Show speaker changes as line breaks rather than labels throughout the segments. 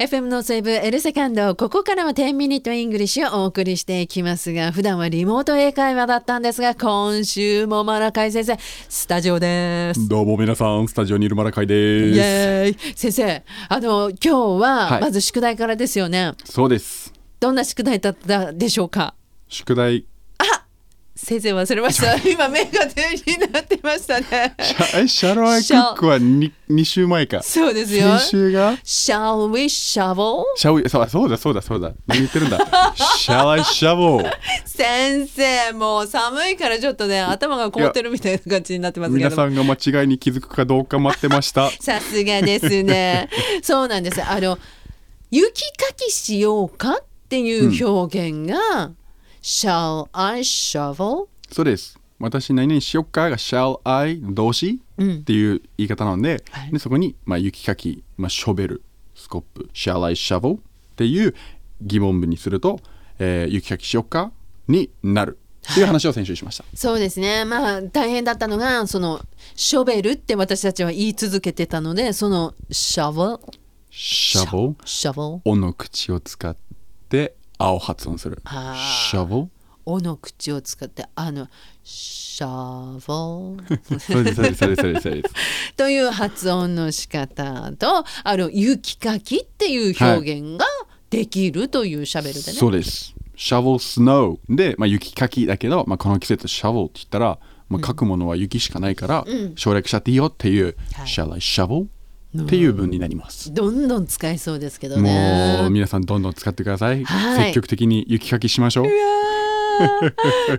FM のセーブエルセカンド、ここからは10ミニットイングリッシュをお送りしていきますが、普段はリモート英会話だったんですが、今週もマラカイ先生、スタジオです。
どうも皆さん、スタジオにいるマラカイ
イ
です。
エーイ先生、あの、今日は
はい
まず宿題からですよね。
そうです。
どんな宿題だったでしょうか
宿題。
先生忘れま した。今、目が点になってましたね。
シャえシャロアイクックは 2, 二週前か。
そうですよ。
先週が
Shall we shovel?
シャウイそうそうだそうだそうだ。何言ってる んだ。シャライシャボー。
先生もう寒いからちょっとね頭が凍ってるみたいな感じになってますけ
皆
ども
さんが間違いに気づくかどうか待ってました。
さすがですねそうなんですあの雪かきしようかっていう表現が、shall I shovel
そうです。私何々しよっかが shall I の動詞、
うん
っていう言い方なので,、
はい
でそこに、まあ、雪かき、まあ、ショベルスコップ shall I shovel っていう疑問文にすると、えー雪かきしよっかになるっていう話を先週しました。
そうですねまあ大変だったのがそのショベルって私たちは言い続けてたのでその shovel
shovel
シャボ
おの口を使って青発音する
あー
shovel
おの口を使ってあのシャボ
そうですそうですそうですそうですそうです
という発音の仕方とあの雪かきっていう表現ができるというシャベルでね、
そうです。shovel snow で、まあ、雪かきだけど、まあ、この季節 shovel って言ったら、まあ、書くものは雪しかないから、省略しちゃっていいよっていう、
はい
shall I shovel っていう文になります。
どんどん使えそうですけどね
もう皆さんどんどん使ってください。
はい
積極的に雪かきしましょう。
うわ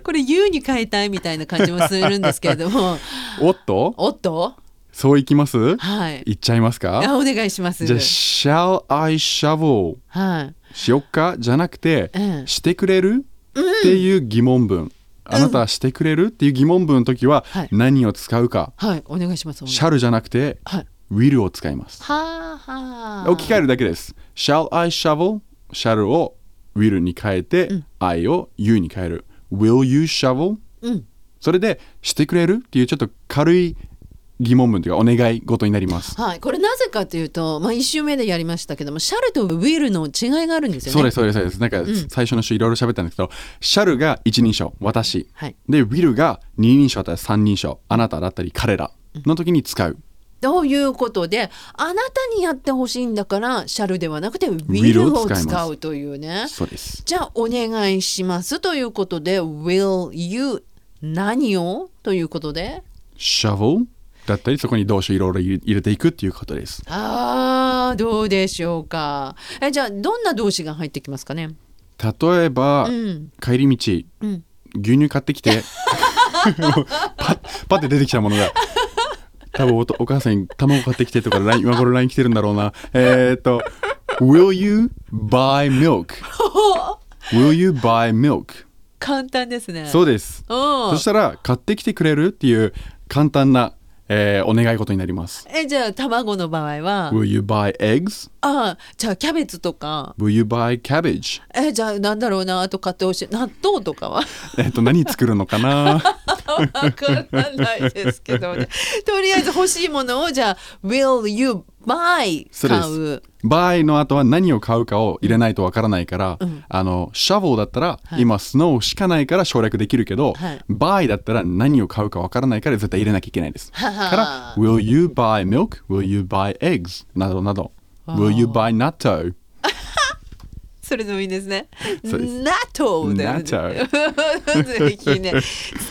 ーこれ U に変えたいみたいな感じもするんですけれど も
おっと
おっと
そういきます
はい
いっちゃいます
あ
か
お願いします
じゃあ shall I shovel
はい
しよっかじゃなくて、
うん
してくれるっていう疑問文、あなたはしてくれるっていう疑問文の時は
はい
何を使うか、
はいお願いしますお願い
シャルじゃなくて、
はい
ウィルを使います。
はあはあ
置き換えるだけです。Shall I shovel? シャルをウィルに変えて、I を You に変える。Will you shovel?
うん
それで、してくれるっていうちょっと軽い疑問文というかお願い事になります。
はい、これなぜかというと、まあ、1周目でやりましたけどもシャルとウィルの違いがあるんですよね。
そうですそうですそうです。なんか最初の週いろいろ喋ったんですけど、シャルが一人称私、
はい
でウィルが二人称だったり三人称あなただったり彼らの時に使う。
ということであなたにやってほしいんだからシャルではなくてウィルを
ウィルを使い
使
ま
う
す
というね。
そうです。
じゃあお願いしますということで Will you 何をということで
シャボだったりそこに動詞いろいろ入れていくっていうことです。
あーどうでしょうかえじゃあどんな動詞が入ってきますかね
例えば、
ん
帰り道、
ん
牛乳買ってきて パッパッて出てきたものが多分おとお母さんに卵買ってきてとか LINE 今頃 LINE 来てるんだろうなえーっと「Will you buy milk?
おー」
「Will you buy milk?
簡単です」ね。
そうです
お
そ
ー
したら「買ってきてくれる?」っていう簡単な、えーお願い事になります
えじゃあ卵の場合
「
は
Will you buy eggs?
あーじゃあキャベツとか
Will you buy cabbage?
えじゃあなんだろうなあと買ってほしい納豆とか は」
えーっと何作るのかな
わからないですけどねとりあえず欲しいものをじゃあ「Will you buy」
そう
買
で
う
す。buy の後は何を買うかを入れないとわからないから、あのシャボーだったら、
い
今スノーしかないから省略できるけど、
はい
buy だったら何を買うかわからないから絶対入れなきゃいけないです。
はは
から will you buy milk? will you buy eggs? などなど will you buy natto?
それでもいいんですね
そうです
納豆だよねぜひね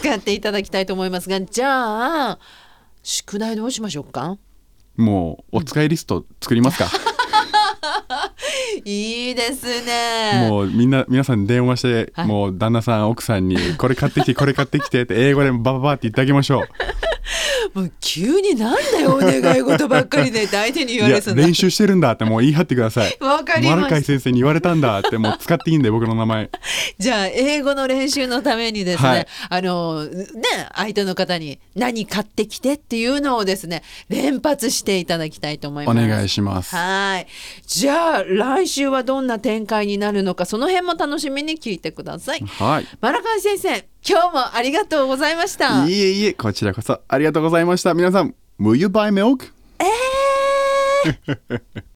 使っていただきたいと思いますがじゃあ宿題どうしましょうか
もうお使いリスト作りま すか、
いいですね
もうみんな皆さん電話して、
はい
もう旦那さん奥さんにこれ買ってきてこれ買ってきてって英語でバババって言ってあげましょう
もう急になんだよお願い事ばっかり でって相手に言わ
いや
れそうな
練習してるんだってもう言い張ってください
わかりました
マルカイ先生に言われたんだってもう使っていいんで僕の名前
じゃあ英語の練習のためにですね、
はい
あのね相手の方に何買ってきてっていうのをですね連発していただきたいと思いま
お
す。
願いします
はい。じゃあ来週はどんな展開になるのかその辺も楽しみに聞いてください。
はい
マラカン先生今日もありがとうございました。
いえいえこちらこそありがとうございました皆さん Will you buy milk?